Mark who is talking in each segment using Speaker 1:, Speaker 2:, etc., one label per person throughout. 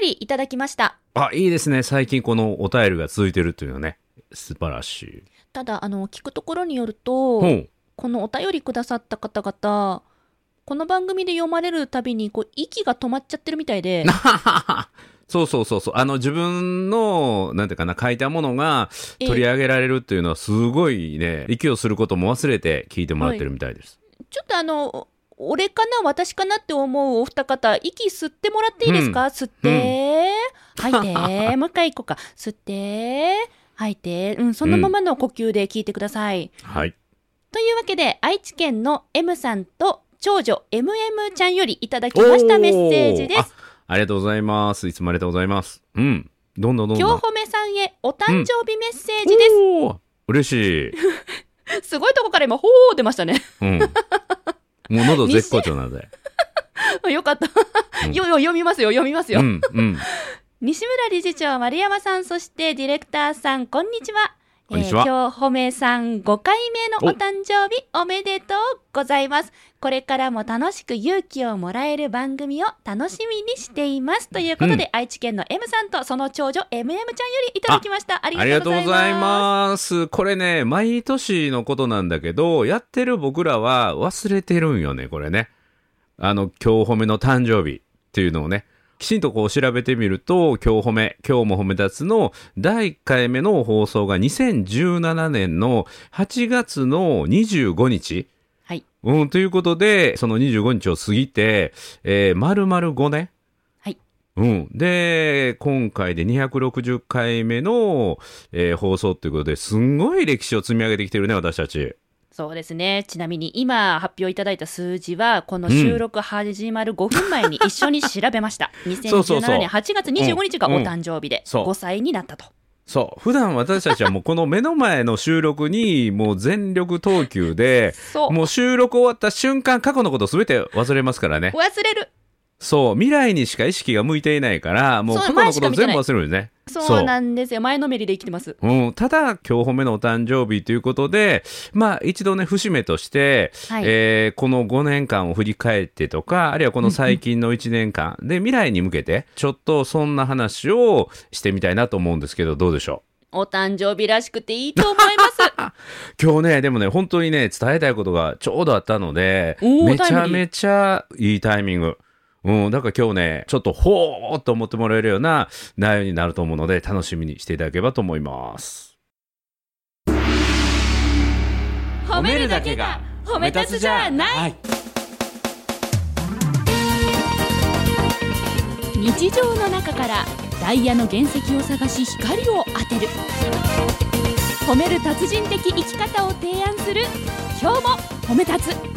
Speaker 1: りいただきました。
Speaker 2: あ、いいですね。最近このお便りが続いてるというのはね。素晴らしい。
Speaker 1: ただ、あの、聞くところによる
Speaker 2: ほ
Speaker 1: と、
Speaker 2: う。
Speaker 1: このお便りくださった方々、この番組で読まれるたびに、こう、息が止まっちゃってるみたいで、
Speaker 2: そうそうそうそう。あの、自分の、なんていうかな、書いたものが
Speaker 1: ええ
Speaker 2: 取り上げられるっていうのは、すごいね、息をすることも忘れて聞いてもらってるみたいです。
Speaker 1: ちょっとあの、俺かな私かなって思うお二方、息吸ってもらっていいですか、吸って、吐い て、もう一回行こうか。吸って、吐いて、うん、そのままの呼吸で聞いてください。
Speaker 2: はい。
Speaker 1: というわけで、愛知県の M さんと長女 MM ちゃんよりいただきましたメッセージで
Speaker 2: お
Speaker 1: す。
Speaker 2: ありがとうございます。いつもありがとうございます。うん。どんどんどんどん。
Speaker 1: 京褒めさんへお誕生日メッセージです。
Speaker 2: おー嬉しい。
Speaker 1: すごいとこから今、ほー出ましたね。
Speaker 2: うん。もう喉絶好調なので。
Speaker 1: よかった。
Speaker 2: うん
Speaker 1: よ、よ、読みますよ、読みますよ。
Speaker 2: うん、うん。
Speaker 1: 西村理事長、丸山さん、そしてディレクターさん、こんにちは。
Speaker 2: こんにちは
Speaker 1: えー今日、褒めさん5回目のお誕生日おめでとうございます。これからも楽しく勇気をもらえる番組を楽しみにしています。ということで、愛知県の M さんとその長女 MM ちゃんよりいただきました。あり
Speaker 2: あり
Speaker 1: が
Speaker 2: が
Speaker 1: と
Speaker 2: と
Speaker 1: う
Speaker 2: う
Speaker 1: ござい
Speaker 2: ご
Speaker 1: ます。
Speaker 2: ざいます。これね、毎年のことなんだけど、やってる僕らは忘れてるんよね、これね。あの、今日褒めの誕生日っていうのをね、きちんとこう調べてみると、今日褒め、今日も褒め立つの第1回目の放送が2017年の8月の25日。
Speaker 1: はい。
Speaker 2: うん、ということで、その25日を過ぎて、えー、丸々5年。
Speaker 1: はい。
Speaker 2: うん。で、今回で260回目の、えー放送ということで、すんごい歴史を積み上げてきてるね、私たち。
Speaker 1: そうですね。ちなみに今発表いただいた数字は、この収録始まる5分前に一緒に調べました。
Speaker 2: そうそうそ
Speaker 1: 2017
Speaker 2: う
Speaker 1: 年8月25日がお誕生日で、
Speaker 2: そう
Speaker 1: 5歳になったと。
Speaker 2: そう。普段私たちはもうこの目の前の収録に、もう全力投球で、
Speaker 1: そう。
Speaker 2: もう収録終わった瞬間、過去のことすべて忘れますからね。
Speaker 1: 忘れる。
Speaker 2: そう。未来にしか意識が向いていないから、もう過
Speaker 1: そう
Speaker 2: 去のこ
Speaker 1: 前しか
Speaker 2: と
Speaker 1: 見て
Speaker 2: 全
Speaker 1: な
Speaker 2: 部
Speaker 1: い
Speaker 2: 忘れるね。
Speaker 1: そうなんですよ。前のめりで生きてます。
Speaker 2: うん、ただ、今日褒めのお誕生日ということで、まあ、一度ね、節目として、
Speaker 1: はい
Speaker 2: えーこの5年間を振り返ってとか、あるいはこの最近の1年間、で、未来に向けて、ちょっとそんな話をしてみたいなと思うんですけど、どうでしょ
Speaker 1: お誕生日らしくていいと思います。
Speaker 2: う今日ね、でもね、本当にね、伝えたいことがちょうどあったので、
Speaker 1: おー
Speaker 2: め
Speaker 1: タ
Speaker 2: ち
Speaker 1: イ
Speaker 2: ゃ
Speaker 1: ムリー
Speaker 2: めちゃいいタイミング。うん、だから今日ね、ちょっと、ほーっと思ってもらえるような内容になると思うので、楽しみにしていただければと思います。
Speaker 1: 褒めるだけが褒め立つじゃない。
Speaker 2: い
Speaker 1: 日常の中からダイヤの原石を探し光を当てる。褒める達人的生き方を提案する。今日も褒め立つ。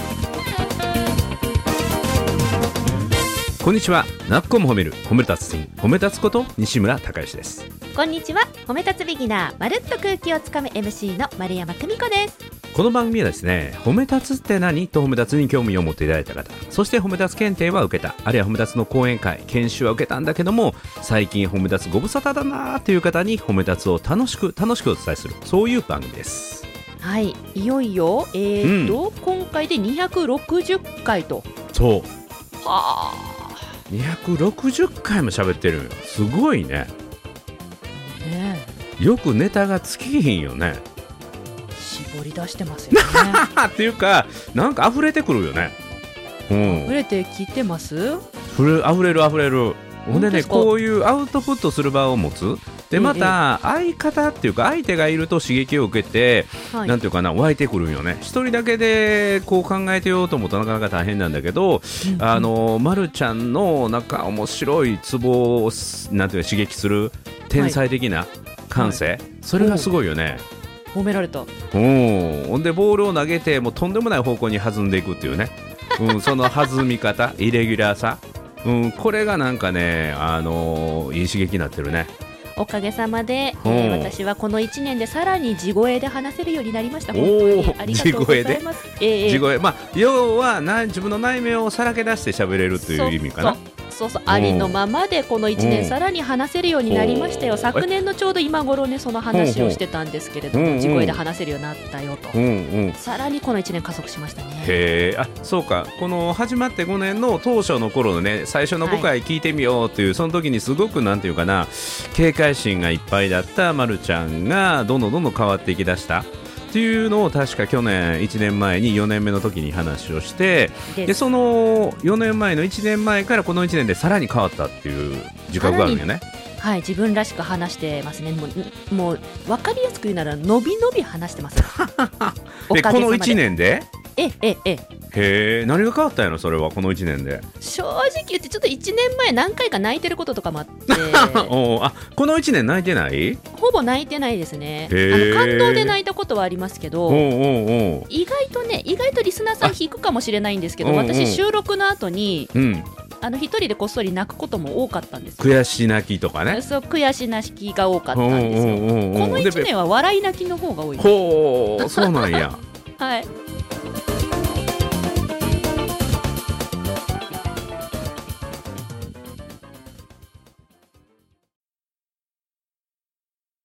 Speaker 2: こんにちはなっこも褒める褒め立つ人褒め立つこと西村孝之です
Speaker 1: こんにちは。褒め立つビギナー、まるっと空気をつかむ MC の丸山久美子です。
Speaker 2: この番組はですね褒め立つって何と褒め立つに興味を持っていただいた方そして褒め立つ検定は受けたあるいは褒め立つの講演会研修は受けたんだけども最近褒め立つご無沙汰だなーという方に褒め立つを楽しく楽しくお伝えするそういう番組です
Speaker 1: はい、いよいよ、えー、と、今回で260回と。
Speaker 2: そう
Speaker 1: はあ。
Speaker 2: 260回も喋ってるんよすごいね
Speaker 1: ね
Speaker 2: よくネタが尽きひんよね
Speaker 1: え、絞り出してますよ ね。
Speaker 2: あっていうかなんか溢れてくるよねうん
Speaker 1: 触れて聞いてます。
Speaker 2: ふれ溢れる溢れるほんで
Speaker 1: 本当で
Speaker 2: ね
Speaker 1: すか
Speaker 2: こういうアウトプットする場を持つ
Speaker 1: え
Speaker 2: で
Speaker 1: え
Speaker 2: また相方っていうか相手がいると刺激を受けて、
Speaker 1: は
Speaker 2: なんていうかな湧いてくるんよね一人だけでこう考えてようと思うとなかなか大変なんだけど、あ、のまるちゃんのなんか面白いツボをすなんていうか刺激する天才的な感性、それがすごいよね、
Speaker 1: 褒められた。
Speaker 2: うん、ほんでボールを投げてもうとんでもない方向に弾んでいくっ ていうね、うん、その弾み方イレギュラーさ、うん、これがなんかね、あのーいい刺激になってるね
Speaker 1: おかげさまで、
Speaker 2: うん
Speaker 1: えー私はこの一年でさらに地声で話せるようになりました。
Speaker 2: お
Speaker 1: 本
Speaker 2: ー
Speaker 1: 当にありがとうございます。ええ
Speaker 2: 地声、まあ、要はな自分の内面をさらけ出して喋れるという意味かな
Speaker 1: そうそうそうありのままでこの1
Speaker 2: うん
Speaker 1: 年さらに話せるようになりましたよ
Speaker 2: ほう
Speaker 1: 昨年のちょうど今頃ねその話をしてたんですけれど
Speaker 2: ほうほ
Speaker 1: も
Speaker 2: う
Speaker 1: 地声で話せるようになったよと
Speaker 2: うんうん
Speaker 1: さらにこの1年加速しましたね
Speaker 2: へえあそうかこの始まって5年の当初の頃のね最初の5回聞いてみようという、その時にすごくなんていうかな警戒心がいっぱいだったまるちゃんがどんどんどんどん変わっていきだしたっていうのを確か去年1年前に4年目の時に話をして
Speaker 1: で
Speaker 2: でその4年前の1年前からこの1年でさらに変わったっていう自覚があるんよね。
Speaker 1: はい自分らしく話してますねもうもう分かりやすく言うならのびのび話してますお
Speaker 2: で
Speaker 1: か
Speaker 2: こ
Speaker 1: げさ
Speaker 2: の
Speaker 1: まで
Speaker 2: 1年で
Speaker 1: ええええ
Speaker 2: へえ何が変わったんやろそれはこの1年で。
Speaker 1: 正直言ってちょっと1年前何回か泣いてることとかもあ って
Speaker 2: おうあこの1年泣いてない
Speaker 1: ほぼ泣いてないですねあ
Speaker 2: へ
Speaker 1: の
Speaker 2: ー
Speaker 1: 感動で泣いたことはありますけ
Speaker 2: おう
Speaker 1: ど
Speaker 2: おうおう
Speaker 1: 意外とね意外とリスナーさん引くかもしれないんですけ
Speaker 2: う
Speaker 1: ど
Speaker 2: んうん
Speaker 1: 私収録の後に
Speaker 2: うん、
Speaker 1: あの一人でこっそり泣くことも多かったんですよ
Speaker 2: 悔し泣きとかね。
Speaker 1: そう悔しなきが多かったんですよこの1
Speaker 2: で
Speaker 1: 年は笑い泣きの方が多いです
Speaker 2: ほう、そうなんや。
Speaker 1: はい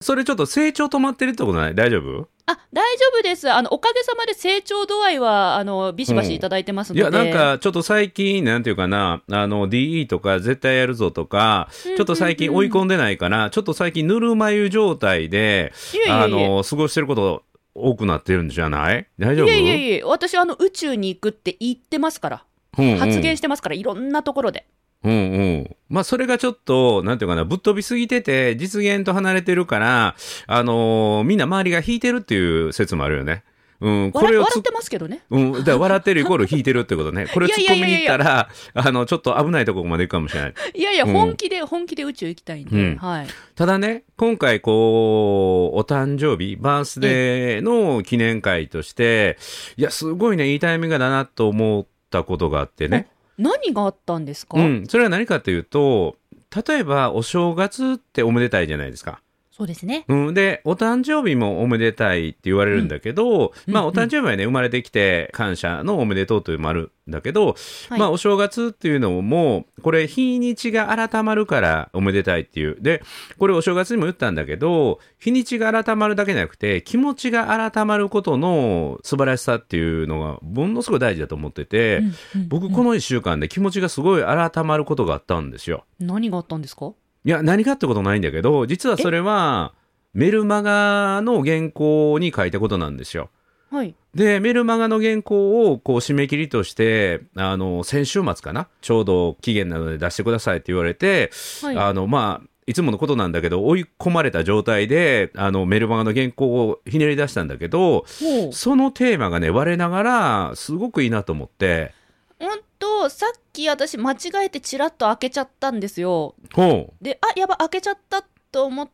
Speaker 2: それちょっと成長止まってるってことない大丈夫
Speaker 1: あ大丈夫ですあのおかげさまで成長度合いはあのビシバシいただいてますの
Speaker 2: い
Speaker 1: で、
Speaker 2: や、なんかちょっと最近、なんていうかな、あの、DE とか絶対やるぞとか、
Speaker 1: うんうんうん
Speaker 2: ちょっと最近追い込んでないから、ちょっと最近ぬるま湯状態で、
Speaker 1: いやいや
Speaker 2: あ
Speaker 1: いや
Speaker 2: の、過ごしてること多くなってるんじゃない大丈夫
Speaker 1: いやいやいや私あの宇宙に行くって言ってますから
Speaker 2: うんうん
Speaker 1: 発言してますから、いろんなところで
Speaker 2: うんうん。まあ、それがちょっと、なんていうかな、ぶっ飛びすぎてて、実現と離れてるから、あのーみんな周りが引いてるっていう説もあるよね。うん、こ
Speaker 1: 笑
Speaker 2: れを
Speaker 1: 笑
Speaker 2: つ
Speaker 1: っ、てますけどね
Speaker 2: うん、だから笑ってるイコール引いてるってこと ね。これを突っ込みに行ったら、あの、ちょっと危ないところまで行くかもしれない。
Speaker 1: いやいや、
Speaker 2: うん
Speaker 1: 本気で、本気で宇宙行きたいんで、
Speaker 2: うん
Speaker 1: はい。
Speaker 2: ただね、今回こう、お誕生日、バースデーの記念会として、いや、すごいね、いいタイミングだなと思ったことがあってね。
Speaker 1: 何があったんですか、
Speaker 2: うん、それは何かというと例えばお正月っておめでたいじゃないですか。
Speaker 1: そうですね。
Speaker 2: うん、でお誕生日もおめでたいって言われるんだけど、
Speaker 1: うん
Speaker 2: まあ
Speaker 1: うんう
Speaker 2: お
Speaker 1: ん
Speaker 2: 誕生日はね生まれてきて感謝のおめでとうというのもあるんだけど、
Speaker 1: はい
Speaker 2: まあお正月っていうのもこれ日にちが改まるからおめでたいっていうでこれお正月にも言ったんだけど日にちが改まるだけじゃなくて気持ちが改まることの素晴らしさっていうのがものすごい大事だと思ってて。
Speaker 1: うんうん
Speaker 2: 僕この1週間で気持ちがすごい改まることがあったんですよ。
Speaker 1: 何があったんですか
Speaker 2: いや何かってことないんだけど実はそれはメルマガの原稿に書いたことなんですよ。
Speaker 1: はい。
Speaker 2: でメルマガの原稿をこう締め切りとしてあの先週末かなちょうど期限なので出してくださいって言われて、
Speaker 1: はい。
Speaker 2: あのまあいつものことなんだけど追い込まれた状態であのメルマガの原稿をひねり出したんだけど
Speaker 1: ほう
Speaker 2: そのテーマがね我ながらすごくいいなと思って。
Speaker 1: ほんと、さっき私間違えてチラッと開けちゃったんですよ。
Speaker 2: ほう
Speaker 1: で、あ、やば、開けちゃったと思っ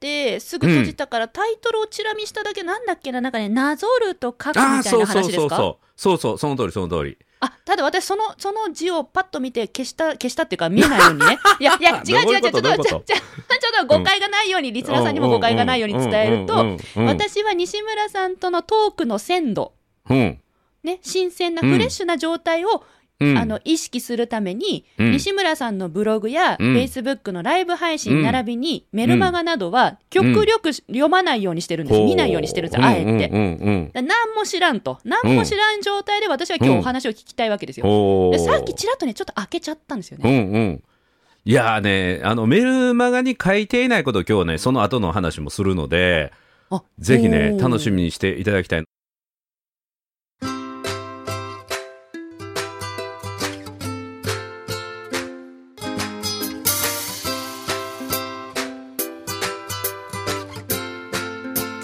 Speaker 1: て、すぐ閉じたから、タイトルをチラ見しただけなんだっけな、なんかね、なぞると書くみ
Speaker 2: あ
Speaker 1: た
Speaker 2: あ
Speaker 1: いな話ですか
Speaker 2: そうそうそうそうそうそうその通りその通り
Speaker 1: あ、ただ私、その、その字をパッと見て消した、消したっていうか見えないように ね。いや、いや、違う
Speaker 2: どう
Speaker 1: 違う
Speaker 2: いう
Speaker 1: 違う、
Speaker 2: こ
Speaker 1: ちょ
Speaker 2: と
Speaker 1: っと、ちょっと、ちょ
Speaker 2: どういう
Speaker 1: っと誤解がないように、リスナーさんにも誤解がないように伝える
Speaker 2: うん
Speaker 1: と、
Speaker 2: うんうんうん
Speaker 1: 私は西村さんとのトークの鮮度、
Speaker 2: うん
Speaker 1: ね、新鮮な
Speaker 2: うん
Speaker 1: フレッシュな状態を、
Speaker 2: うん
Speaker 1: あの、意識するために、
Speaker 2: うん
Speaker 1: 西村さんのブログや、
Speaker 2: うん
Speaker 1: Facebook のライブ配
Speaker 2: うん
Speaker 1: 信並びに、メルマガなどは、極力読まないようにしてるんです。見ないようにしてるんですよ、あえて。
Speaker 2: うんうんうん
Speaker 1: だから何も知らんと。何も知らん状態で私は今日お話を聞きたいわけですよ。
Speaker 2: ほ
Speaker 1: で
Speaker 2: う
Speaker 1: さっきちらっとね、ちょっと開けちゃったんですよ
Speaker 2: う
Speaker 1: ね。
Speaker 2: んうんいやーねあのメルマガに書いていないことを今日ねその後の話もするので
Speaker 1: あ
Speaker 2: ぜひね
Speaker 1: おー
Speaker 2: 楽しみにしていただきたい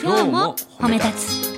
Speaker 2: 今日も褒め
Speaker 1: 立つ。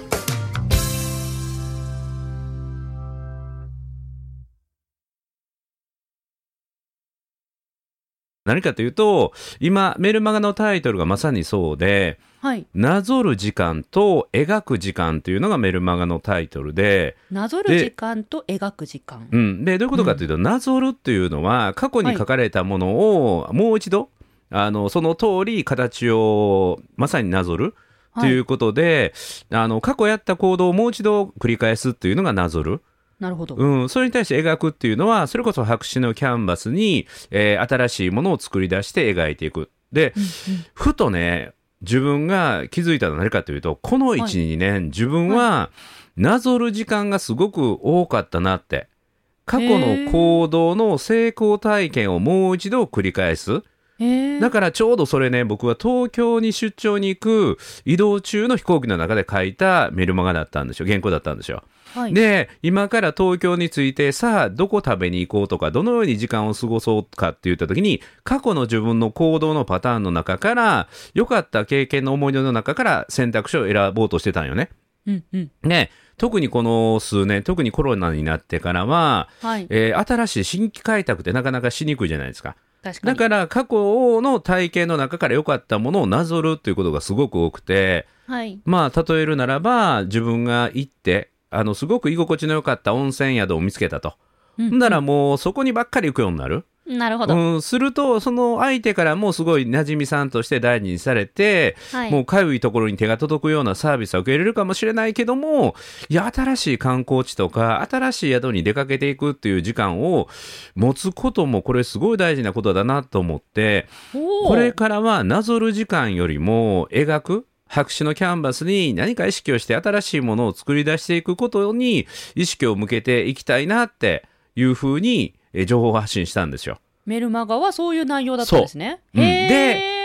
Speaker 2: 何かというと今メルマガのタイトルがまさにそうで
Speaker 1: はい。
Speaker 2: なぞる時間と描く時間というのがメルマガのタイトルで
Speaker 1: なぞる時間と描く時間。
Speaker 2: うん、でどういうことかというと、なぞるっていうのは過去に書かれたものをもう一度、あのその通り形をまさになぞると
Speaker 1: はい
Speaker 2: いうことで、あの過去やった行動をもう一度繰り返すっていうのがなぞる。
Speaker 1: なるほど。
Speaker 2: うん、それに対して描くっていうのはそれこそ白紙のキャンバスに、えー新しいものを作り出して描いていくで、ふとね自分が気づいたのは何かというとこの12、2年自分はなぞる時間がすごく多かったなって過去の行動の成功体験をもう一度繰り返す、
Speaker 1: ええ
Speaker 2: だからちょうどそれね僕は東京に出張に行く移動中の飛行機の中で書いたメルマガだったんですよ原稿だったんですよ。
Speaker 1: はい。
Speaker 2: で今から東京に着いてさあどこ食べに行こうとかどのように時間を過ごそうかって言った時に過去の自分の行動のパターンの中から良かった経験の思い出の中から選択肢を選ぼうとしてたんよね。
Speaker 1: うんうん。
Speaker 2: ね特にこの数年特にコロナになってからは、
Speaker 1: はい。
Speaker 2: えー新しい新規開拓ってなかなかしにくいじゃないですか。
Speaker 1: 確か
Speaker 2: だ
Speaker 1: に。
Speaker 2: から過去の体験の中から良かったものをなぞるということがすごく多くて、
Speaker 1: はい。
Speaker 2: まあ例えるならば自分が行って、あのすごく居心地の良かった温泉宿を見つけたと。
Speaker 1: うん
Speaker 2: ならもうそこにばっかり行くようになる。
Speaker 1: なるほど。
Speaker 2: うん、するとその相手からもすごい馴染みさんとして大事にされて、
Speaker 1: はい。
Speaker 2: もうかゆいところに手が届くようなサービスは受け入れるかもしれないけどもいや新しい観光地とか新しい宿に出かけていくっていう時間を持つこともこれすごい大事なことだなと思って
Speaker 1: おー
Speaker 2: これからはなぞる時間よりも描く白紙のキャンバスに何か意識をして新しいものを作り出していくことに意識を向けていきたいなっていうふうにえ情報発信したんですよ。
Speaker 1: メルマガはそういう内容だったんですね。
Speaker 2: そううん
Speaker 1: へー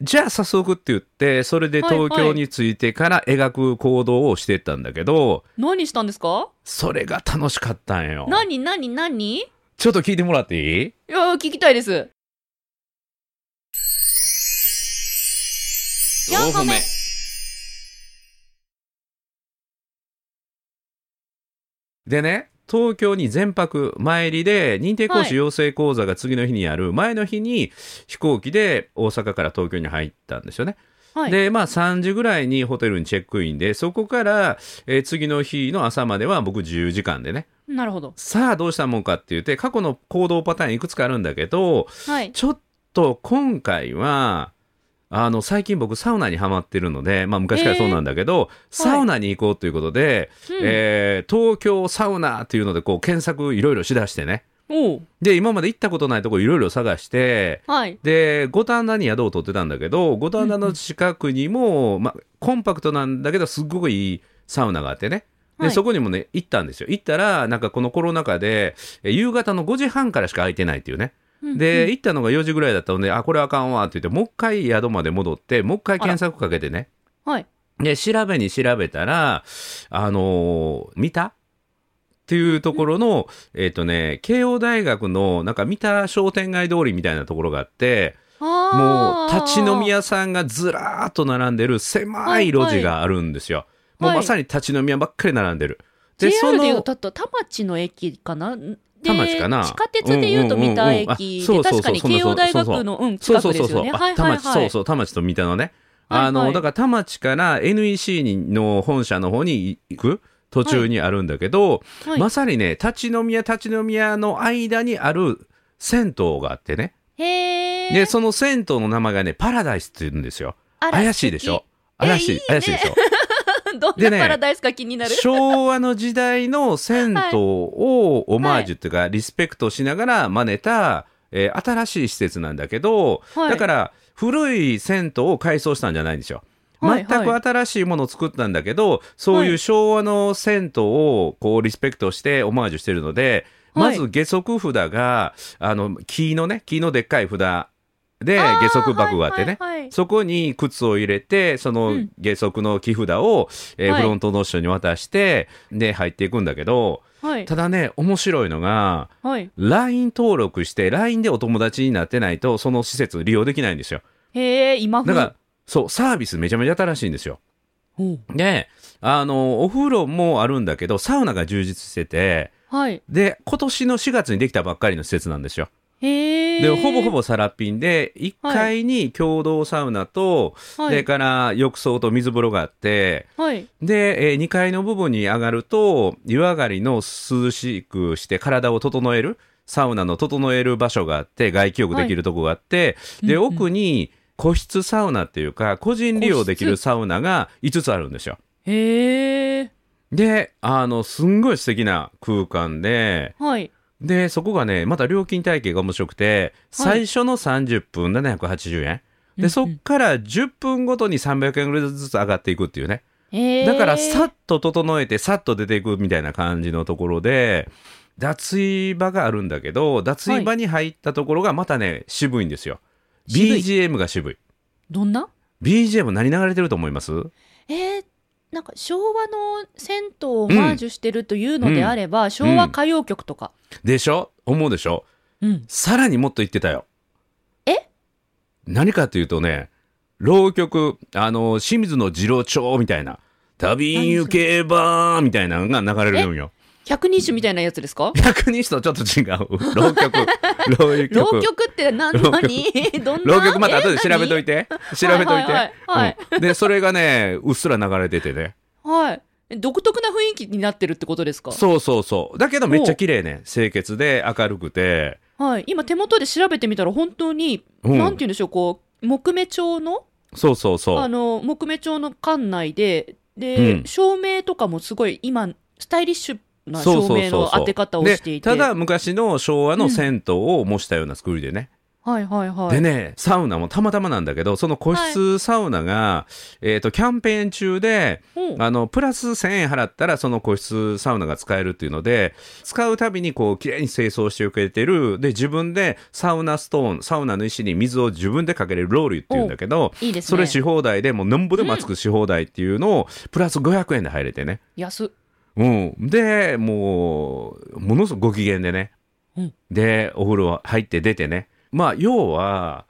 Speaker 2: じゃあ早速って言ってそれで東京に着いてから描く行動をしてったんだけど、
Speaker 1: 何したんですか
Speaker 2: それが楽しかったんよ。
Speaker 1: 何何何い
Speaker 2: ちょっと聞いてもらっていい
Speaker 1: や、聞きたいです。4個目
Speaker 2: でね東京に全泊参りで認定講
Speaker 1: は
Speaker 2: 師
Speaker 1: い
Speaker 2: 養成講座が次の日にある前の日に飛行機で大阪から東京に入ったんですよね。
Speaker 1: はい。
Speaker 2: でまあ3時ぐらいにホテルにチェックインでそこから、えー次の日の朝までは僕自由時間でね
Speaker 1: なるほど。
Speaker 2: さあどうしたもんかって言って過去の行動パターンいくつかあるんだけど
Speaker 1: はい。
Speaker 2: ちょっと今回はあの最近僕サウナにハマってるので、まあ、昔からそうなんだけど、サウナに行こうということで、
Speaker 1: うん
Speaker 2: えー東京サウナっていうのでこう検索いろいろしだしてね
Speaker 1: おう
Speaker 2: で今まで行ったことないとこいろいろ探して
Speaker 1: はい。
Speaker 2: で五反田に宿を取ってたんだけど五反田
Speaker 1: うんう
Speaker 2: の近くにも、まあ、コンパクトなんだけどすっごくいいサウナがあってね
Speaker 1: は
Speaker 2: で、
Speaker 1: い
Speaker 2: そこにもね行ったんですよ行ったらなんかこのコロナ禍でえ夕方の5時半からしか空いてないっていうね
Speaker 1: うん
Speaker 2: で、、行ったのが4時ぐらいだったので、あ、これあかんわって言って、もう一回宿まで戻って、もう一回検索かけてね。
Speaker 1: うんはい。
Speaker 2: で、調べに調べたら、あのー、三田っていうところの、えっ、とね、慶応大学の、なんか三田商店街通りみたいなところがあって、も
Speaker 1: あ
Speaker 2: う
Speaker 1: ー
Speaker 2: 立ち飲み屋さんがずらーっと並んでる狭い路地があるんですよ。
Speaker 1: はいはい
Speaker 2: もうまさに立ち飲み屋ばっかり並んでる。そ
Speaker 1: JR
Speaker 2: の
Speaker 1: でいうと、田町の駅かなで
Speaker 2: 田町かな
Speaker 1: 地下鉄でいうと三田
Speaker 2: うんうんうんうんあ
Speaker 1: 駅
Speaker 2: そう
Speaker 1: で、
Speaker 2: そうそ
Speaker 1: 確
Speaker 2: う
Speaker 1: かに
Speaker 2: そんな
Speaker 1: 慶応大
Speaker 2: そうそ
Speaker 1: 学
Speaker 2: う
Speaker 1: の、うん、
Speaker 2: そ
Speaker 1: 近
Speaker 2: うそ
Speaker 1: く
Speaker 2: う
Speaker 1: で
Speaker 2: そう
Speaker 1: す
Speaker 2: そ
Speaker 1: よ
Speaker 2: う。
Speaker 1: ね。
Speaker 2: あ
Speaker 1: はい
Speaker 2: 田
Speaker 1: はい
Speaker 2: 町、
Speaker 1: は
Speaker 2: そう
Speaker 1: い。
Speaker 2: そう、田町と三田のね。
Speaker 1: はいはい
Speaker 2: あの、だから田町から NEC の本社の方に行く途中にあるんだけど、
Speaker 1: はい
Speaker 2: まさにね、立ち飲み屋、立ち飲み屋の間にある銭湯があってね。
Speaker 1: へー
Speaker 2: で、その銭湯の名前がね、パラダイスって言うんですよ。
Speaker 1: あら
Speaker 2: 怪しいでしょ
Speaker 1: え
Speaker 2: 怪しい、
Speaker 1: いいね
Speaker 2: 怪しいでしょ
Speaker 1: 素敵 どん
Speaker 2: で
Speaker 1: な
Speaker 2: ね
Speaker 1: パラダイスか気になる。
Speaker 2: 昭和の時代の銭湯をオマージュっていうか、リスペクトしながら真似た、えー新しい施設なんだけど、
Speaker 1: はい
Speaker 2: だから古い銭湯を改装したんじゃないんですよ。
Speaker 1: はい
Speaker 2: 全く新しいものを作ったんだけど、そういう昭和の銭湯をこうリスペクトしてオマージュしてるので、
Speaker 1: は
Speaker 2: ま
Speaker 1: い
Speaker 2: ず下足札があの木のね木のでっかい札で
Speaker 1: あー
Speaker 2: 下足箱があってね、
Speaker 1: はいはいはい
Speaker 2: そこに靴を入れてその
Speaker 1: うん
Speaker 2: 下足の木札を、えー
Speaker 1: はい
Speaker 2: フロントの人に渡してで入っていくんだけど
Speaker 1: はい。
Speaker 2: ただね面白いのが
Speaker 1: はい。
Speaker 2: LINE 登録して LINE でお友達になってないとその施設を利用できないんですよ
Speaker 1: へー今風。
Speaker 2: だから、そうサービスめちゃめちゃ新しいんですよ
Speaker 1: おう
Speaker 2: であのお風呂もあるんだけどサウナが充実してて
Speaker 1: はい。
Speaker 2: で今年の4月にできたばっかりの施設なんですよ
Speaker 1: へー
Speaker 2: でほぼほぼサラピンで1階に共同サウナと、
Speaker 1: は
Speaker 2: で
Speaker 1: い。
Speaker 2: から浴槽と水風呂があって
Speaker 1: はい。
Speaker 2: で、え2階の部分に上がると湯上がりの涼しくして体を整えるサウナの整える場所があって外気浴できるとこがあって、で
Speaker 1: うんうん
Speaker 2: 奥に個室サウナっていうか個人利用できるサウナが5つあるんですよ。
Speaker 1: へー
Speaker 2: であのすんごい素敵な空間で
Speaker 1: はい。
Speaker 2: でそこがねまた料金体系が面白くて
Speaker 1: はい
Speaker 2: 最初の30分780円
Speaker 1: うんう
Speaker 2: で
Speaker 1: ん
Speaker 2: そっから10分ごとに300円ぐらいずつ上がっていくっていうね
Speaker 1: えー
Speaker 2: だからさっと整えてさっと出ていくみたいな感じのところで脱衣場があるんだけど脱衣場に入ったところがまたね渋いんですよ
Speaker 1: 渋い
Speaker 2: BGM が渋い
Speaker 1: どんな
Speaker 2: BGM 何流れてると思います
Speaker 1: えーなんか昭和の銭湯をマージュしてるというのであれば、昭和歌謡曲とか。
Speaker 2: でしょ思うでしょ
Speaker 1: うん。
Speaker 2: さらにもっと言ってたよ
Speaker 1: え
Speaker 2: 何かというとね浪曲あの清水の次郎町みたいな旅行けばみたいなのが流れるんよ
Speaker 1: 百人種みたいなやつですか
Speaker 2: 百人とちょっと違う浪曲 浪 曲
Speaker 1: 浪曲ってな
Speaker 2: 浪曲
Speaker 1: 何 どんな
Speaker 2: 浪曲また後で調べとい
Speaker 1: て。
Speaker 2: て調べとい
Speaker 1: はいはい
Speaker 2: て
Speaker 1: はい
Speaker 2: うんでそれがねうっすら流れててね
Speaker 1: はい。え独特な雰囲気になってるってことですか
Speaker 2: そうそうそうだけどめっちゃ綺麗ね清潔で明るくて
Speaker 1: はい。今手元で調べてみたら本当に、
Speaker 2: うん
Speaker 1: なんて言うんでしょう、こう、木目調の、
Speaker 2: そうそうそ
Speaker 1: あ
Speaker 2: う
Speaker 1: の、木目調の館内で、で、
Speaker 2: うん
Speaker 1: 照明とかもすごい今、スタイリッシュな照明の当て方をしていて。
Speaker 2: でただ昔の昭和の銭湯を模したような作りでね、
Speaker 1: はいはいはい。
Speaker 2: でねサウナもたまたまなんだけどその個室サウナが、えー、とキャンペーン中で
Speaker 1: うん
Speaker 2: あのプラス1000円払ったらその個室サウナが使えるっていうので使うたびにこう綺麗に清掃してくれてるで自分でサウナストーンサウナの石に水を自分でかけれるロールっていうんだけど
Speaker 1: いいですね。
Speaker 2: それし放題でもうなんぼでも熱くし放題っていうのをプラス500円で入れてね、
Speaker 1: 安。
Speaker 2: うん、でもうものすごくご機嫌でね、
Speaker 1: うん
Speaker 2: でお風呂入って出てねまあ要は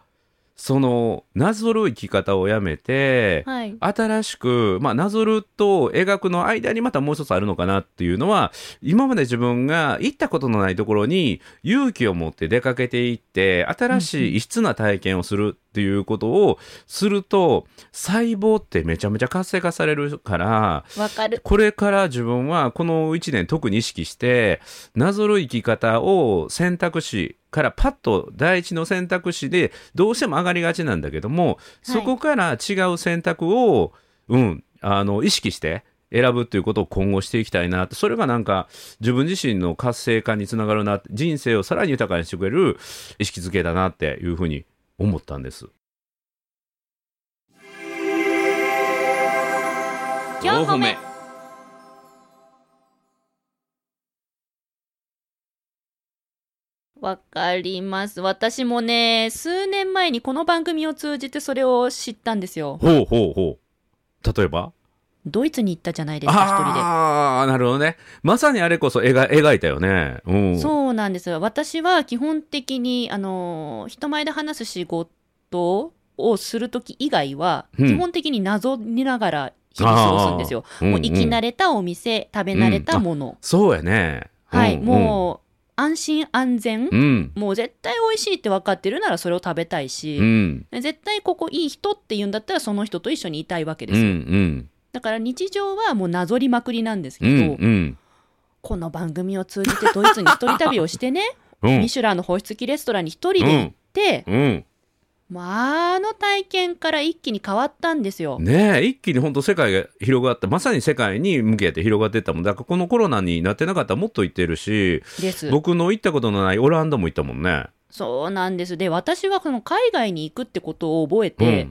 Speaker 2: そのなぞる生き方をやめて、
Speaker 1: はい。
Speaker 2: 新しく、まあ、なぞると描くの間にまたもう一つあるのかなっていうのは今まで自分が行ったことのないところに勇気を持って出かけていって新しい異質な体験をするっていうことをすると細胞ってめちゃめちゃ活性化されるから
Speaker 1: わかる。
Speaker 2: これから自分はこの1年特に意識してなぞる生き方を選択肢からパッと第一の選択肢でどうしても上がりがちなんだけどもそこから違う選択を、うん、あの意識して選ぶっていうことを今後していきたいなってそれがなんか自分自身の活性化につながるなって人生をさらに豊かにしてくれる意識づけだなっていうふうに思ったんです。
Speaker 1: 四歩目わかります。私もね、数年前にこの番組を通じてそれを知ったんですよ。
Speaker 2: ほうほうほう例えば
Speaker 1: ドイツに行ったじゃないですか、一人で。
Speaker 2: ああーなるほどねまさにあれこそ描描いたよね、うん、
Speaker 1: そうなんですよ。私は基本的に、あの、人前で話す仕事をするとき以外は、
Speaker 2: うん
Speaker 1: 基本的に謎にながら日々過ごすんですよ。
Speaker 2: うん
Speaker 1: もう生き慣
Speaker 2: り
Speaker 1: れたお店、食べ慣れたもの。
Speaker 2: そうやね
Speaker 1: はい、
Speaker 2: う
Speaker 1: もう、安心安全。
Speaker 2: うん
Speaker 1: もう絶対美味しいって分かってるならそれを食べたいし、
Speaker 2: うん
Speaker 1: 絶対ここいい人って言うんだったらその人と一緒にいたいわけで
Speaker 2: うんう
Speaker 1: すよ、
Speaker 2: ん
Speaker 1: だから日常はもうなぞりまくりなんですけ
Speaker 2: う
Speaker 1: ど、
Speaker 2: んうん
Speaker 1: この番組を通じてドイツに一人旅をしてね
Speaker 2: う
Speaker 1: ミ
Speaker 2: ん
Speaker 1: シュランの星付きレストランに一人で行って、
Speaker 2: うん
Speaker 1: もうあの体験から一気に変わったんですよ、
Speaker 2: ねえ一気に本当世界が広がってまさに世界に向けて広がっていったもんだからこのコロナになってなかったらもっと行ってるし
Speaker 1: です
Speaker 2: 僕の行ったことのないオランダも行ったもんね。
Speaker 1: そうなんですで私はこの海外に行くってことを覚えて、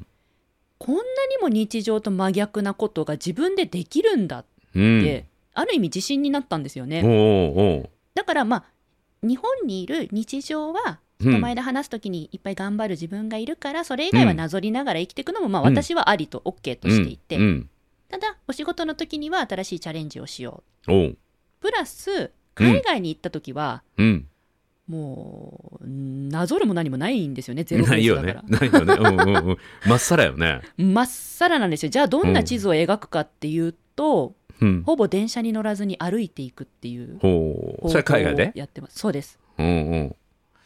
Speaker 1: こんなにも日常と真逆なことが自分でできるんだっ
Speaker 2: うんうん
Speaker 1: て、ある意味自信になったんですよね、
Speaker 2: おうおう
Speaker 1: だからまあ日本にいる日常は
Speaker 2: うん
Speaker 1: 人前で話すときにいっぱい頑張る自分がいるから、それ以外はなぞりながら生きていくのも、まあ、
Speaker 2: うん
Speaker 1: 私はありと OK と
Speaker 2: うん
Speaker 1: していて、
Speaker 2: うん
Speaker 1: ただお仕事の時には新しいチャレンジをしよ
Speaker 2: おう
Speaker 1: うプラス海外に行った時は、
Speaker 2: うん
Speaker 1: もうなぞるも何もないんですよねゼロ
Speaker 2: ない
Speaker 1: ベース
Speaker 2: よ
Speaker 1: だか
Speaker 2: ね
Speaker 1: ら、
Speaker 2: ないよねうんうんうんまっさらよね
Speaker 1: まっさらなんですよじゃあどんな地図を描くかっていうと、
Speaker 2: うん
Speaker 1: ほぼ電車に乗らずに歩いていくっていう
Speaker 2: ほう
Speaker 1: 方
Speaker 2: それは海
Speaker 1: 法
Speaker 2: 外
Speaker 1: を
Speaker 2: で
Speaker 1: やってますそうです
Speaker 2: うんうん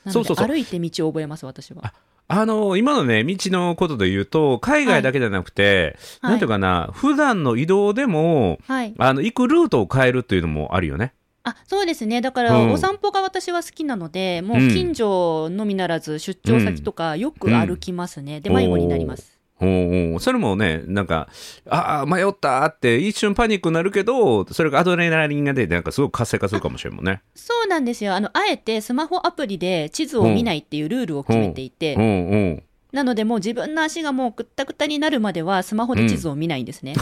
Speaker 1: な
Speaker 2: そ
Speaker 1: の
Speaker 2: うそ
Speaker 1: で
Speaker 2: うそう
Speaker 1: 歩いて道を覚えます私は
Speaker 2: あの今のね道のことで言うと海外だけじゃなくて、
Speaker 1: はい
Speaker 2: なんていうかな普段の移動でも
Speaker 1: はい
Speaker 2: あの行くルートを変えるっていうのもあるよね
Speaker 1: あそうですねだから、
Speaker 2: うん
Speaker 1: お散歩が私は好きなのでもう
Speaker 2: うん
Speaker 1: 近所のみならず出張先とかよく歩きますね、で迷子になります
Speaker 2: おうおうそれもねなんかああ迷ったって一瞬パニックになるけどそれがアドレナリンが出てなんかすごく活性化するかもしれんもんね。
Speaker 1: そうなんですよ。あの、あえてスマホアプリで地図を見ないっていうルールを決めてい
Speaker 2: うん
Speaker 1: て、
Speaker 2: うん
Speaker 1: なのでもう自分の足がもうくったくたになるまではスマホで地図を見ないんですね。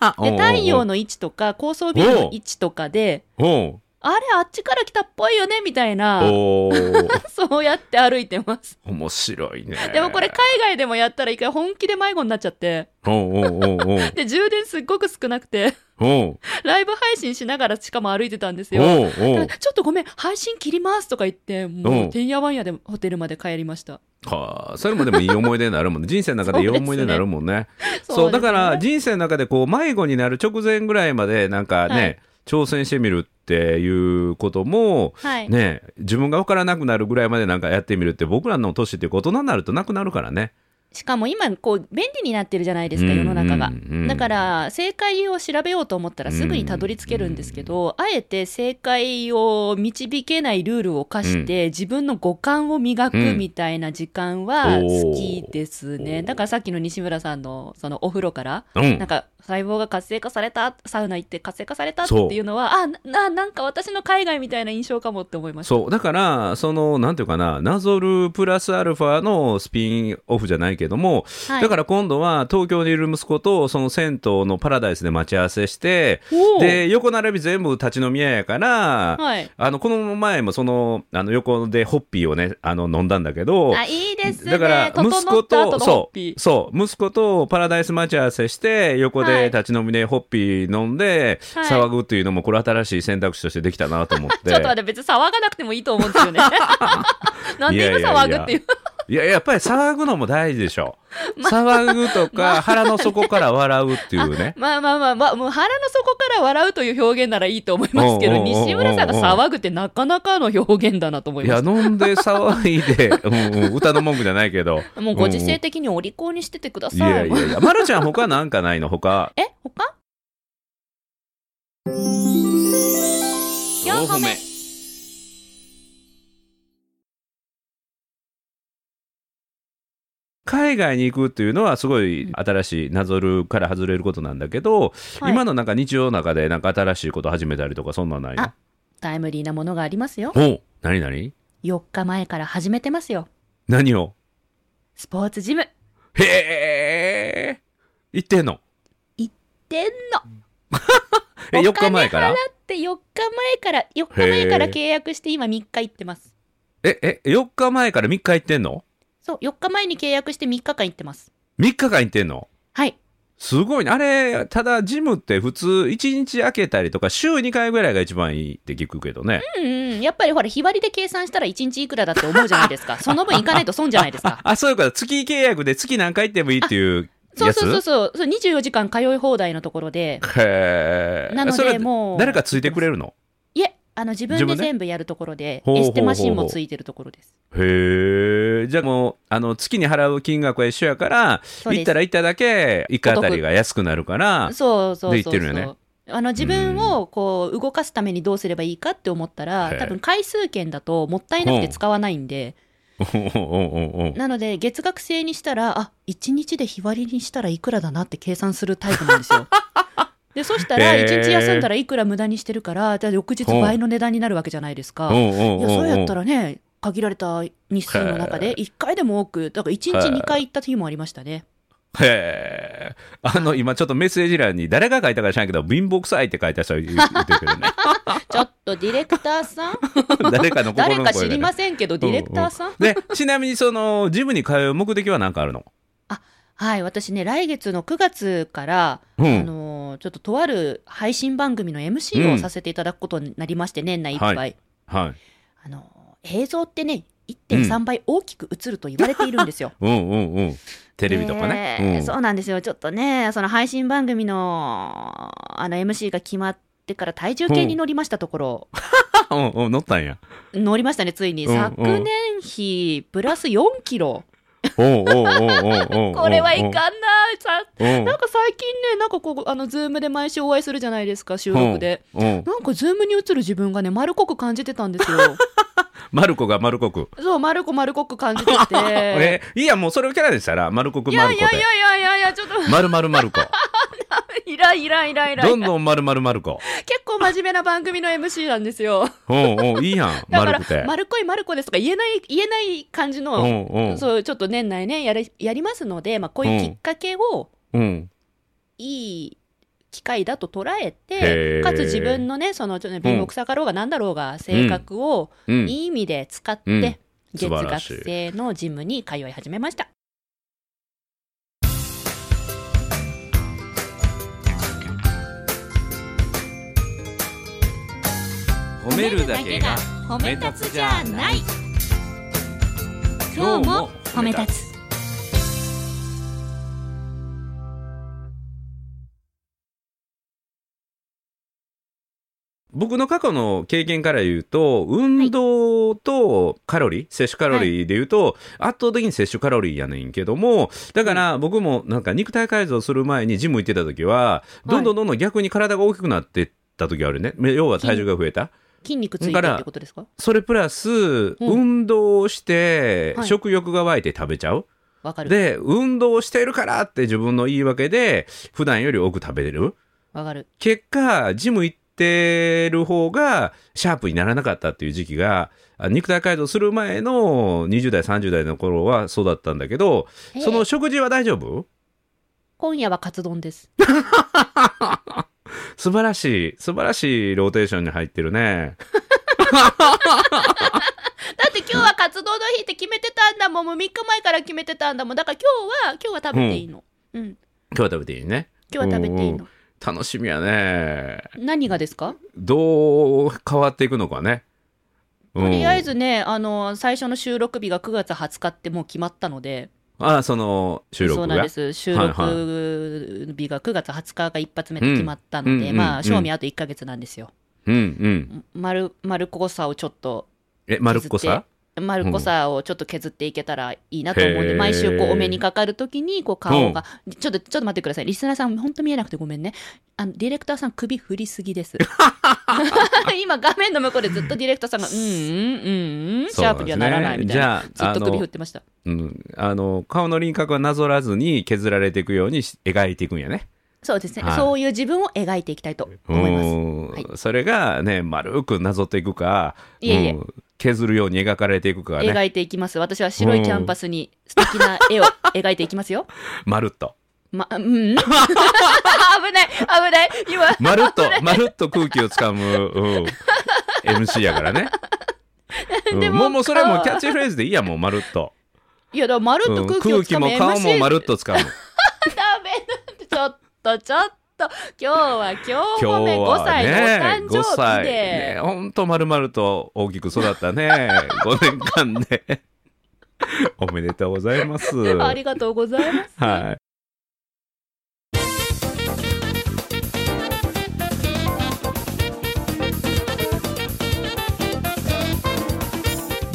Speaker 2: あおうおう
Speaker 1: で、
Speaker 2: おう
Speaker 1: 太陽の位置とか高層ビルの位置とかで、
Speaker 2: おう
Speaker 1: あれあっちから来たっぽいよねみたいな、
Speaker 2: おう
Speaker 1: そうやって歩いてます。
Speaker 2: 面白いね。
Speaker 1: でもこれ海外でもやったら一回本気で迷子になっちゃって、
Speaker 2: おうおうおうおう
Speaker 1: で、充電すっごく少なくて、
Speaker 2: おう
Speaker 1: ライブ配信しながらしかも歩いてたんですよ。
Speaker 2: おうおう
Speaker 1: ちょっとごめん、配信切りますとか言って、も
Speaker 2: お
Speaker 1: う、
Speaker 2: う
Speaker 1: てんやわんやでホテルまで帰りました。
Speaker 2: はあそれもでもいい思い出になるもんね人生の中でいい思い出になるもんね。そうだから人生の中でこう迷子になる直前ぐらいまでなんかね、
Speaker 1: はい
Speaker 2: 挑戦してみるっていうことも、
Speaker 1: はい。
Speaker 2: ね、自分が分からなくなるぐらいまでなんかやってみるって僕らの年っていうか大人になるとなくなるからね。
Speaker 1: しかも今、こう、便利になってるじゃないですか、
Speaker 2: うん
Speaker 1: 世の中が
Speaker 2: うんうん。
Speaker 1: だから、正解を調べようと思ったらすぐにたどり着けるんですけど、あえて正解を導けないルールを課して、自分の五感を磨くみたいな時間は好きです
Speaker 2: お
Speaker 1: ね。
Speaker 2: ー
Speaker 1: だからさっきの西村さんの、そのお風呂から、
Speaker 2: うん
Speaker 1: なんか細胞が活性化された、サウナ行って活性化されたっていうのは、あ、な、なんか私の海外みたいな印象かもって思いました。
Speaker 2: そうだからそのなんていうかななぞるプラスアルファのスピンオフじゃないけども、
Speaker 1: はい
Speaker 2: だから今度は東京にいる息子とその銭湯のパラダイスで待ち合わせして
Speaker 1: おー
Speaker 2: で横並び全部立ち飲み屋やから、
Speaker 1: はい。
Speaker 2: あのこの前もそのあの横でホッピーをねあの飲んだんだけど
Speaker 1: あ、いいですね。
Speaker 2: だから息
Speaker 1: 整
Speaker 2: 子
Speaker 1: った後
Speaker 2: と
Speaker 1: のホッ
Speaker 2: そ
Speaker 1: ピ
Speaker 2: うそう息子とパラダイス待ち合わせして横
Speaker 1: はい
Speaker 2: で立ち飲みでホッピー飲んで、
Speaker 1: はい
Speaker 2: 騒ぐっていうのもこれ新しい選択肢としてできたなと思って
Speaker 1: ー。 ちょっと待って、別に騒がなくてもいいと思うんですよ ね。なんで今騒ぐっていう。
Speaker 2: いややっぱり騒ぐのも大事でしょ、
Speaker 1: ま
Speaker 2: 騒ぐとか腹の底から笑うっていうね
Speaker 1: まあまあまあまあ、もう腹の底から笑うという表現ならいいと思いますけ
Speaker 2: おう
Speaker 1: ど、
Speaker 2: おうおうおう
Speaker 1: 西村さんが騒ぐってなかなかの表現だなと 思い
Speaker 2: い
Speaker 1: ま
Speaker 2: や
Speaker 1: し
Speaker 2: 飲んで騒いで、うんうん、歌の文句じゃないけど
Speaker 1: た。もうご時
Speaker 2: うんう
Speaker 1: 世
Speaker 2: ん
Speaker 1: 的にお利口にしててくだ
Speaker 2: いや
Speaker 1: さい。
Speaker 2: いやいや、まるちゃん他なんかないの他。
Speaker 1: え他4個目。
Speaker 2: 海外に行くっていうのはすごい新しいなぞるから外れることなんだけど、
Speaker 1: はい
Speaker 2: 今のなんか日常の中でなんか新しいこと始めたりとかそんなんないの
Speaker 1: あタイムリーなものがありますよ。
Speaker 2: お何何
Speaker 1: 4日前から始めてますよ。
Speaker 2: 何を
Speaker 1: スポーツジム。
Speaker 2: へえ言ってんの
Speaker 1: でんの。
Speaker 2: え4日前から
Speaker 1: お金払って4日前から、4日前から契約して今3日行ってます。
Speaker 2: ええ4日前から3日行ってんの
Speaker 1: そう、4日前に契約して3日間行ってます。
Speaker 2: 3日間行ってんの
Speaker 1: はい。
Speaker 2: すごいねあれただジムって普通1日空けたりとか週2回ぐらいが一番いいって聞くけどね
Speaker 1: うんうん。やっぱりほら、日割りで計算したら1日いくらだって思うじゃない ですか。その分行かないと損じゃないです
Speaker 2: あ
Speaker 1: か。
Speaker 2: あそういうこと月契約で月何回行ってもいいって いう
Speaker 1: そう
Speaker 2: やつ
Speaker 1: そうそうそう。そう24時間通い放題のところで。
Speaker 2: へえ
Speaker 1: なの
Speaker 2: そ
Speaker 1: で
Speaker 2: れ
Speaker 1: もう。
Speaker 2: 誰かついてくれるの
Speaker 1: いえ、あの、自分で
Speaker 2: 自分で
Speaker 1: 全部やるところで、
Speaker 2: ほうほ
Speaker 1: エ
Speaker 2: うほうほ
Speaker 1: ス
Speaker 2: う
Speaker 1: テマシンもついてるところです。
Speaker 2: へえじゃあもうあの月に払う金額は一緒やから
Speaker 1: そう
Speaker 2: 行
Speaker 1: で
Speaker 2: っ
Speaker 1: す
Speaker 2: た。ら行っただけ一回あたりが安くなるから
Speaker 1: そうそうそうそう。
Speaker 2: で行ってるよね
Speaker 1: あの自分をこう動かすためにどうすればいいかって思ったら、
Speaker 2: へえ
Speaker 1: 多分回数券だともったいなくて使わないんで、
Speaker 2: おうおうおうおう
Speaker 1: なので月額制にしたら、あ1日で日割りにしたらいくらだなって計算するタイプなんです よ。で、そしたら
Speaker 2: へえ
Speaker 1: 1日休んだらいくら無駄にしてるから、じゃあ翌日
Speaker 2: ほう
Speaker 1: 倍の値段になるわけじゃないですか。
Speaker 2: おうお
Speaker 1: いうや、
Speaker 2: おう
Speaker 1: そ
Speaker 2: おう
Speaker 1: れやったらね、限られた日数の中
Speaker 2: へ
Speaker 1: で1回でも多く、だから1日2回行った日もありましたね。
Speaker 2: へえあの今ちょっとメッセージ欄に誰が書いたか知らんけど貧乏くさいって書いた人い言ってる けどね
Speaker 1: ちょっとディレクター さん
Speaker 2: 誰かの心
Speaker 1: 誰
Speaker 2: の声
Speaker 1: か
Speaker 2: が
Speaker 1: 知りませんけど、ディレクターさん
Speaker 2: でちなみにそのジムに通う目的は何かあるの
Speaker 1: はい、私ね、来月の9月から、
Speaker 2: うん
Speaker 1: あのーちょっととある配信番組の MC をさせていただくことになりまして、年内いっぱい。
Speaker 2: はいはい
Speaker 1: あのー映像ってね、1.3倍大きく映ると言われているんですよ。
Speaker 2: うんうんうん テレビとかね、
Speaker 1: で
Speaker 2: うん
Speaker 1: そうなんですよ。ちょっとね、その配信番組の、あの MC が決まってから体重計に乗りましたとこ ろ、
Speaker 2: うんうん乗ったんや
Speaker 1: 乗りましたね、ついに。
Speaker 2: うんうん
Speaker 1: 昨年比、プラス4キロ。
Speaker 2: おうおうおうおうおうおう
Speaker 1: これはいかんなさ
Speaker 2: うん
Speaker 1: なんか最近ね、なんかこう、あの、ズームで毎週お会いするじゃないですか、収録で。
Speaker 2: うん
Speaker 1: なんかズームに映る自分がね、丸濃く感じてたんですよ。
Speaker 2: マルコがマルコく。
Speaker 1: そう、丸子丸子く感じてきて。
Speaker 2: えーいいや、もうそれをキャラでしたら、マルコく
Speaker 1: い
Speaker 2: マ
Speaker 1: や
Speaker 2: ル
Speaker 1: い
Speaker 2: コ
Speaker 1: やい
Speaker 2: で。
Speaker 1: やいやいやいや、ちょっと、
Speaker 2: まるまるまる子。
Speaker 1: イライライライラ。
Speaker 2: どんどんまるまるまる子。
Speaker 1: 結構真面目な番組の MC なんですよ。
Speaker 2: うんうん、いいやん、
Speaker 1: だか
Speaker 2: 丸
Speaker 1: ら
Speaker 2: くて、。
Speaker 1: 丸っこい丸子ですとか言えない、言えない感じ
Speaker 2: う
Speaker 1: の、
Speaker 2: んうん。
Speaker 1: そう、ちょっと年内ね、やれやりますので、まあ、こういうきっかけを、
Speaker 2: うん。
Speaker 1: いい機会だと捉え
Speaker 2: へ
Speaker 1: て、
Speaker 2: ー
Speaker 1: かつ自分のね、その、ちょっとね、貧乏くさかろうがなんだろうが、性格を
Speaker 2: うん。
Speaker 1: いい意味で使って、
Speaker 2: うん
Speaker 1: 月
Speaker 2: 素晴らしい
Speaker 1: 額制のジムに通い始めました。
Speaker 2: 褒めるだけが
Speaker 1: 褒
Speaker 2: め立つじゃない
Speaker 1: 今日も褒め立つ
Speaker 2: 僕の過去の経験から言うと運動とカロリー、摂取カロリーで言うと、圧倒的に摂取カロリーやねんけどもだから僕もなんか肉体改造する前にジム行ってた時はどんどんどんどん逆に体が大きくなってった時あるね要は体重が増えた
Speaker 1: 筋肉ついたってことですか
Speaker 2: それプラス、運動をして
Speaker 1: はい
Speaker 2: 食欲が湧いて食べちゃう、
Speaker 1: わかる
Speaker 2: で運動してるからって自分の言い訳で普段より多く食べれる
Speaker 1: わかる
Speaker 2: 結果ジム行ってる方がシャープにならなかったっていう時期があ肉体改造する前の20代30代の頃はそうだったんだけど
Speaker 1: えー
Speaker 2: その食事は大丈夫
Speaker 1: 今夜はカツ丼です
Speaker 2: 素晴らしい素晴らしいローテーションに入ってるね
Speaker 1: だって今日はカツ丼の日って決めてたんだもんもう3日前から決めてたんだもんだから今日は今日は食べていいのうん、
Speaker 2: 今日は食べていいね
Speaker 1: 今日は食べていいの
Speaker 2: 楽しみやね
Speaker 1: 何がですか
Speaker 2: どう変わっていくのかね
Speaker 1: と
Speaker 2: と
Speaker 1: りあえずねあの最初の収録日が9月20日ってもう決まったので
Speaker 2: あその収録
Speaker 1: そ
Speaker 2: が
Speaker 1: うなんです収
Speaker 2: は
Speaker 1: 録日が9月20日が一発目で決まったので、
Speaker 2: うんうんうん
Speaker 1: ま
Speaker 2: う
Speaker 1: あ
Speaker 2: ん
Speaker 1: 賞味あと1か月なんですよ
Speaker 2: うんうん
Speaker 1: 丸丸っこさをちょっと
Speaker 2: え丸っこ
Speaker 1: 削っ
Speaker 2: さ
Speaker 1: て丸っこさをちょっと削っていけたらいいなと思うんで、
Speaker 2: へー
Speaker 1: 毎週こうお目にかかるときにこう顔が、ちょっとちょっと待ってくださいリスナーさん本当見えなくてごめんねあのディレクターさん首振りすぎ です今画面の向こうでずっとディレクターさんが「うんうんうんうんシ
Speaker 2: そう
Speaker 1: ャ
Speaker 2: な
Speaker 1: ー
Speaker 2: んですね
Speaker 1: プにはならない」みたいな
Speaker 2: じゃあ
Speaker 1: ずっと首
Speaker 2: あの
Speaker 1: 振ってました
Speaker 2: うん、あの顔の輪郭はなぞらずに削られていくようにし描いていくんやね。
Speaker 1: そうですね、
Speaker 2: はい
Speaker 1: そういう自分を描いていきたいと
Speaker 2: う
Speaker 1: 思います
Speaker 2: ん
Speaker 1: はい
Speaker 2: それがね丸くなぞっていくか
Speaker 1: いえいえ
Speaker 2: うん削るように描かれていくかね
Speaker 1: 描いていきます。私は白いキャンパスに素敵な絵を描いていきますよ。
Speaker 2: 丸っと
Speaker 1: ま、うん 危ない、危ない。今、
Speaker 2: 丸 っと丸っと空気をつかむ、うん MC やからね。うん
Speaker 1: でも
Speaker 2: もうもうそれはもうキャッチフレーズでいいやもう丸っ と、
Speaker 1: いや、だからまるっ
Speaker 2: う
Speaker 1: と
Speaker 2: ん
Speaker 1: 空気を
Speaker 2: 空
Speaker 1: つか
Speaker 2: 気
Speaker 1: む
Speaker 2: も
Speaker 1: MC、
Speaker 2: 顔も丸っとつかむ
Speaker 1: ダメだ。ちょっと、ちょっと。今日は今日
Speaker 2: 今
Speaker 1: も
Speaker 2: 日
Speaker 1: ね、5
Speaker 2: は
Speaker 1: 歳
Speaker 2: ね
Speaker 1: のお誕
Speaker 2: 5
Speaker 1: 生日
Speaker 2: 歳
Speaker 1: で。
Speaker 2: ねほんと丸々と大きく育っ たね5年間でおめでとうございます
Speaker 1: ありがとうございます。
Speaker 2: はい。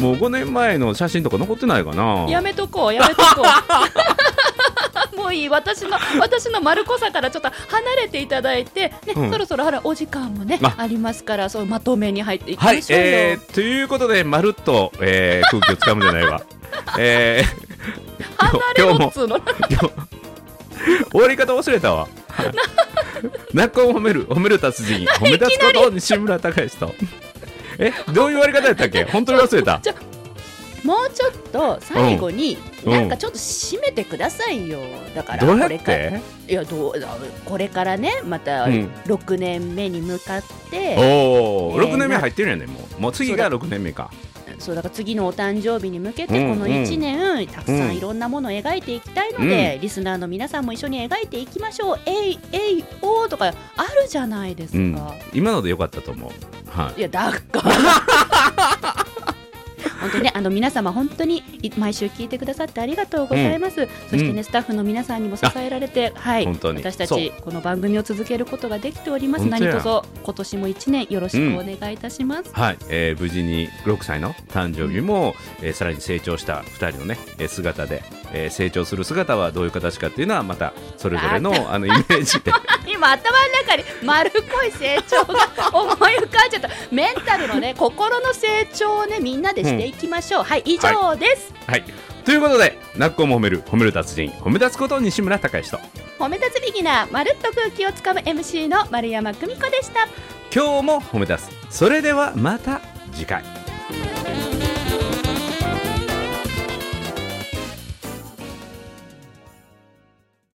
Speaker 2: もう5年前の写真とか残ってないかな
Speaker 1: やめとこう、やめとこう。 もういい私の私の丸子さからちょっと離れていただいて、ね
Speaker 2: うん
Speaker 1: そろそろあらお時間もね
Speaker 2: あ
Speaker 1: ありますからそうまとめに入っていきま
Speaker 2: はい、
Speaker 1: しょうよ、
Speaker 2: えー、ということで、まるっと、えー、空気をつかむじゃないわ。えー、今
Speaker 1: 離
Speaker 2: 日
Speaker 1: れろっ
Speaker 2: も、
Speaker 1: つうの
Speaker 2: 今日終わり方忘れたわ。泣くを褒める、褒める達人、褒め立つこと西村隆之と。え、どういう終わり方やったっけ本当に忘れた。
Speaker 1: ちょもうちょっと最後に、
Speaker 2: うん
Speaker 1: なんかちょっと締めてくださいよだから
Speaker 2: どうや
Speaker 1: こ
Speaker 2: っ
Speaker 1: れから
Speaker 2: て
Speaker 1: いやどうだこれからねまた
Speaker 2: うん
Speaker 1: 6年目に向かって、
Speaker 2: おお、
Speaker 1: えー
Speaker 2: 6年目入ってるやねもうもう次が6年目か
Speaker 1: そうだから次のお誕生日に向けて
Speaker 2: うん
Speaker 1: この1年、たくさ
Speaker 2: うん
Speaker 1: んいろんなものを描いていきたいので、リスナーの皆さんも一緒に描いていきましょう「えいえいおー」とかあるじゃないですか。
Speaker 2: うん 今ので良かったと思うはい
Speaker 1: いやだからお本当にね、あの皆様本当にい毎週聞いてくださってありがとうございます。そしてね、スタッフの皆さんにも支えられて、はい、
Speaker 2: 本当に
Speaker 1: 私た
Speaker 2: そう
Speaker 1: ちこの番組を続けることができております。
Speaker 2: 本
Speaker 1: 何
Speaker 2: 当や
Speaker 1: 卒今年も一年よろしくお願いいたします。
Speaker 2: はい、えー無事に6歳の誕生日も、えーさらに成長した2人のね、えー姿で、えー成長する姿はどういう形かっていうのはまたそれぞれのあのイメー ジで
Speaker 1: 今頭の中に丸っこい成長が思い浮かんじゃった。メンタルの ね、心の成長をね、みんなでしていきましょう。はい、以上です。
Speaker 2: はいということでなっこも褒める褒める達人褒め立つこと西村孝之と
Speaker 1: 褒め立つビギナー、まるっと空気をつかむ MC の丸山久美子でした。
Speaker 2: 今日も褒め立つそれではまた次回。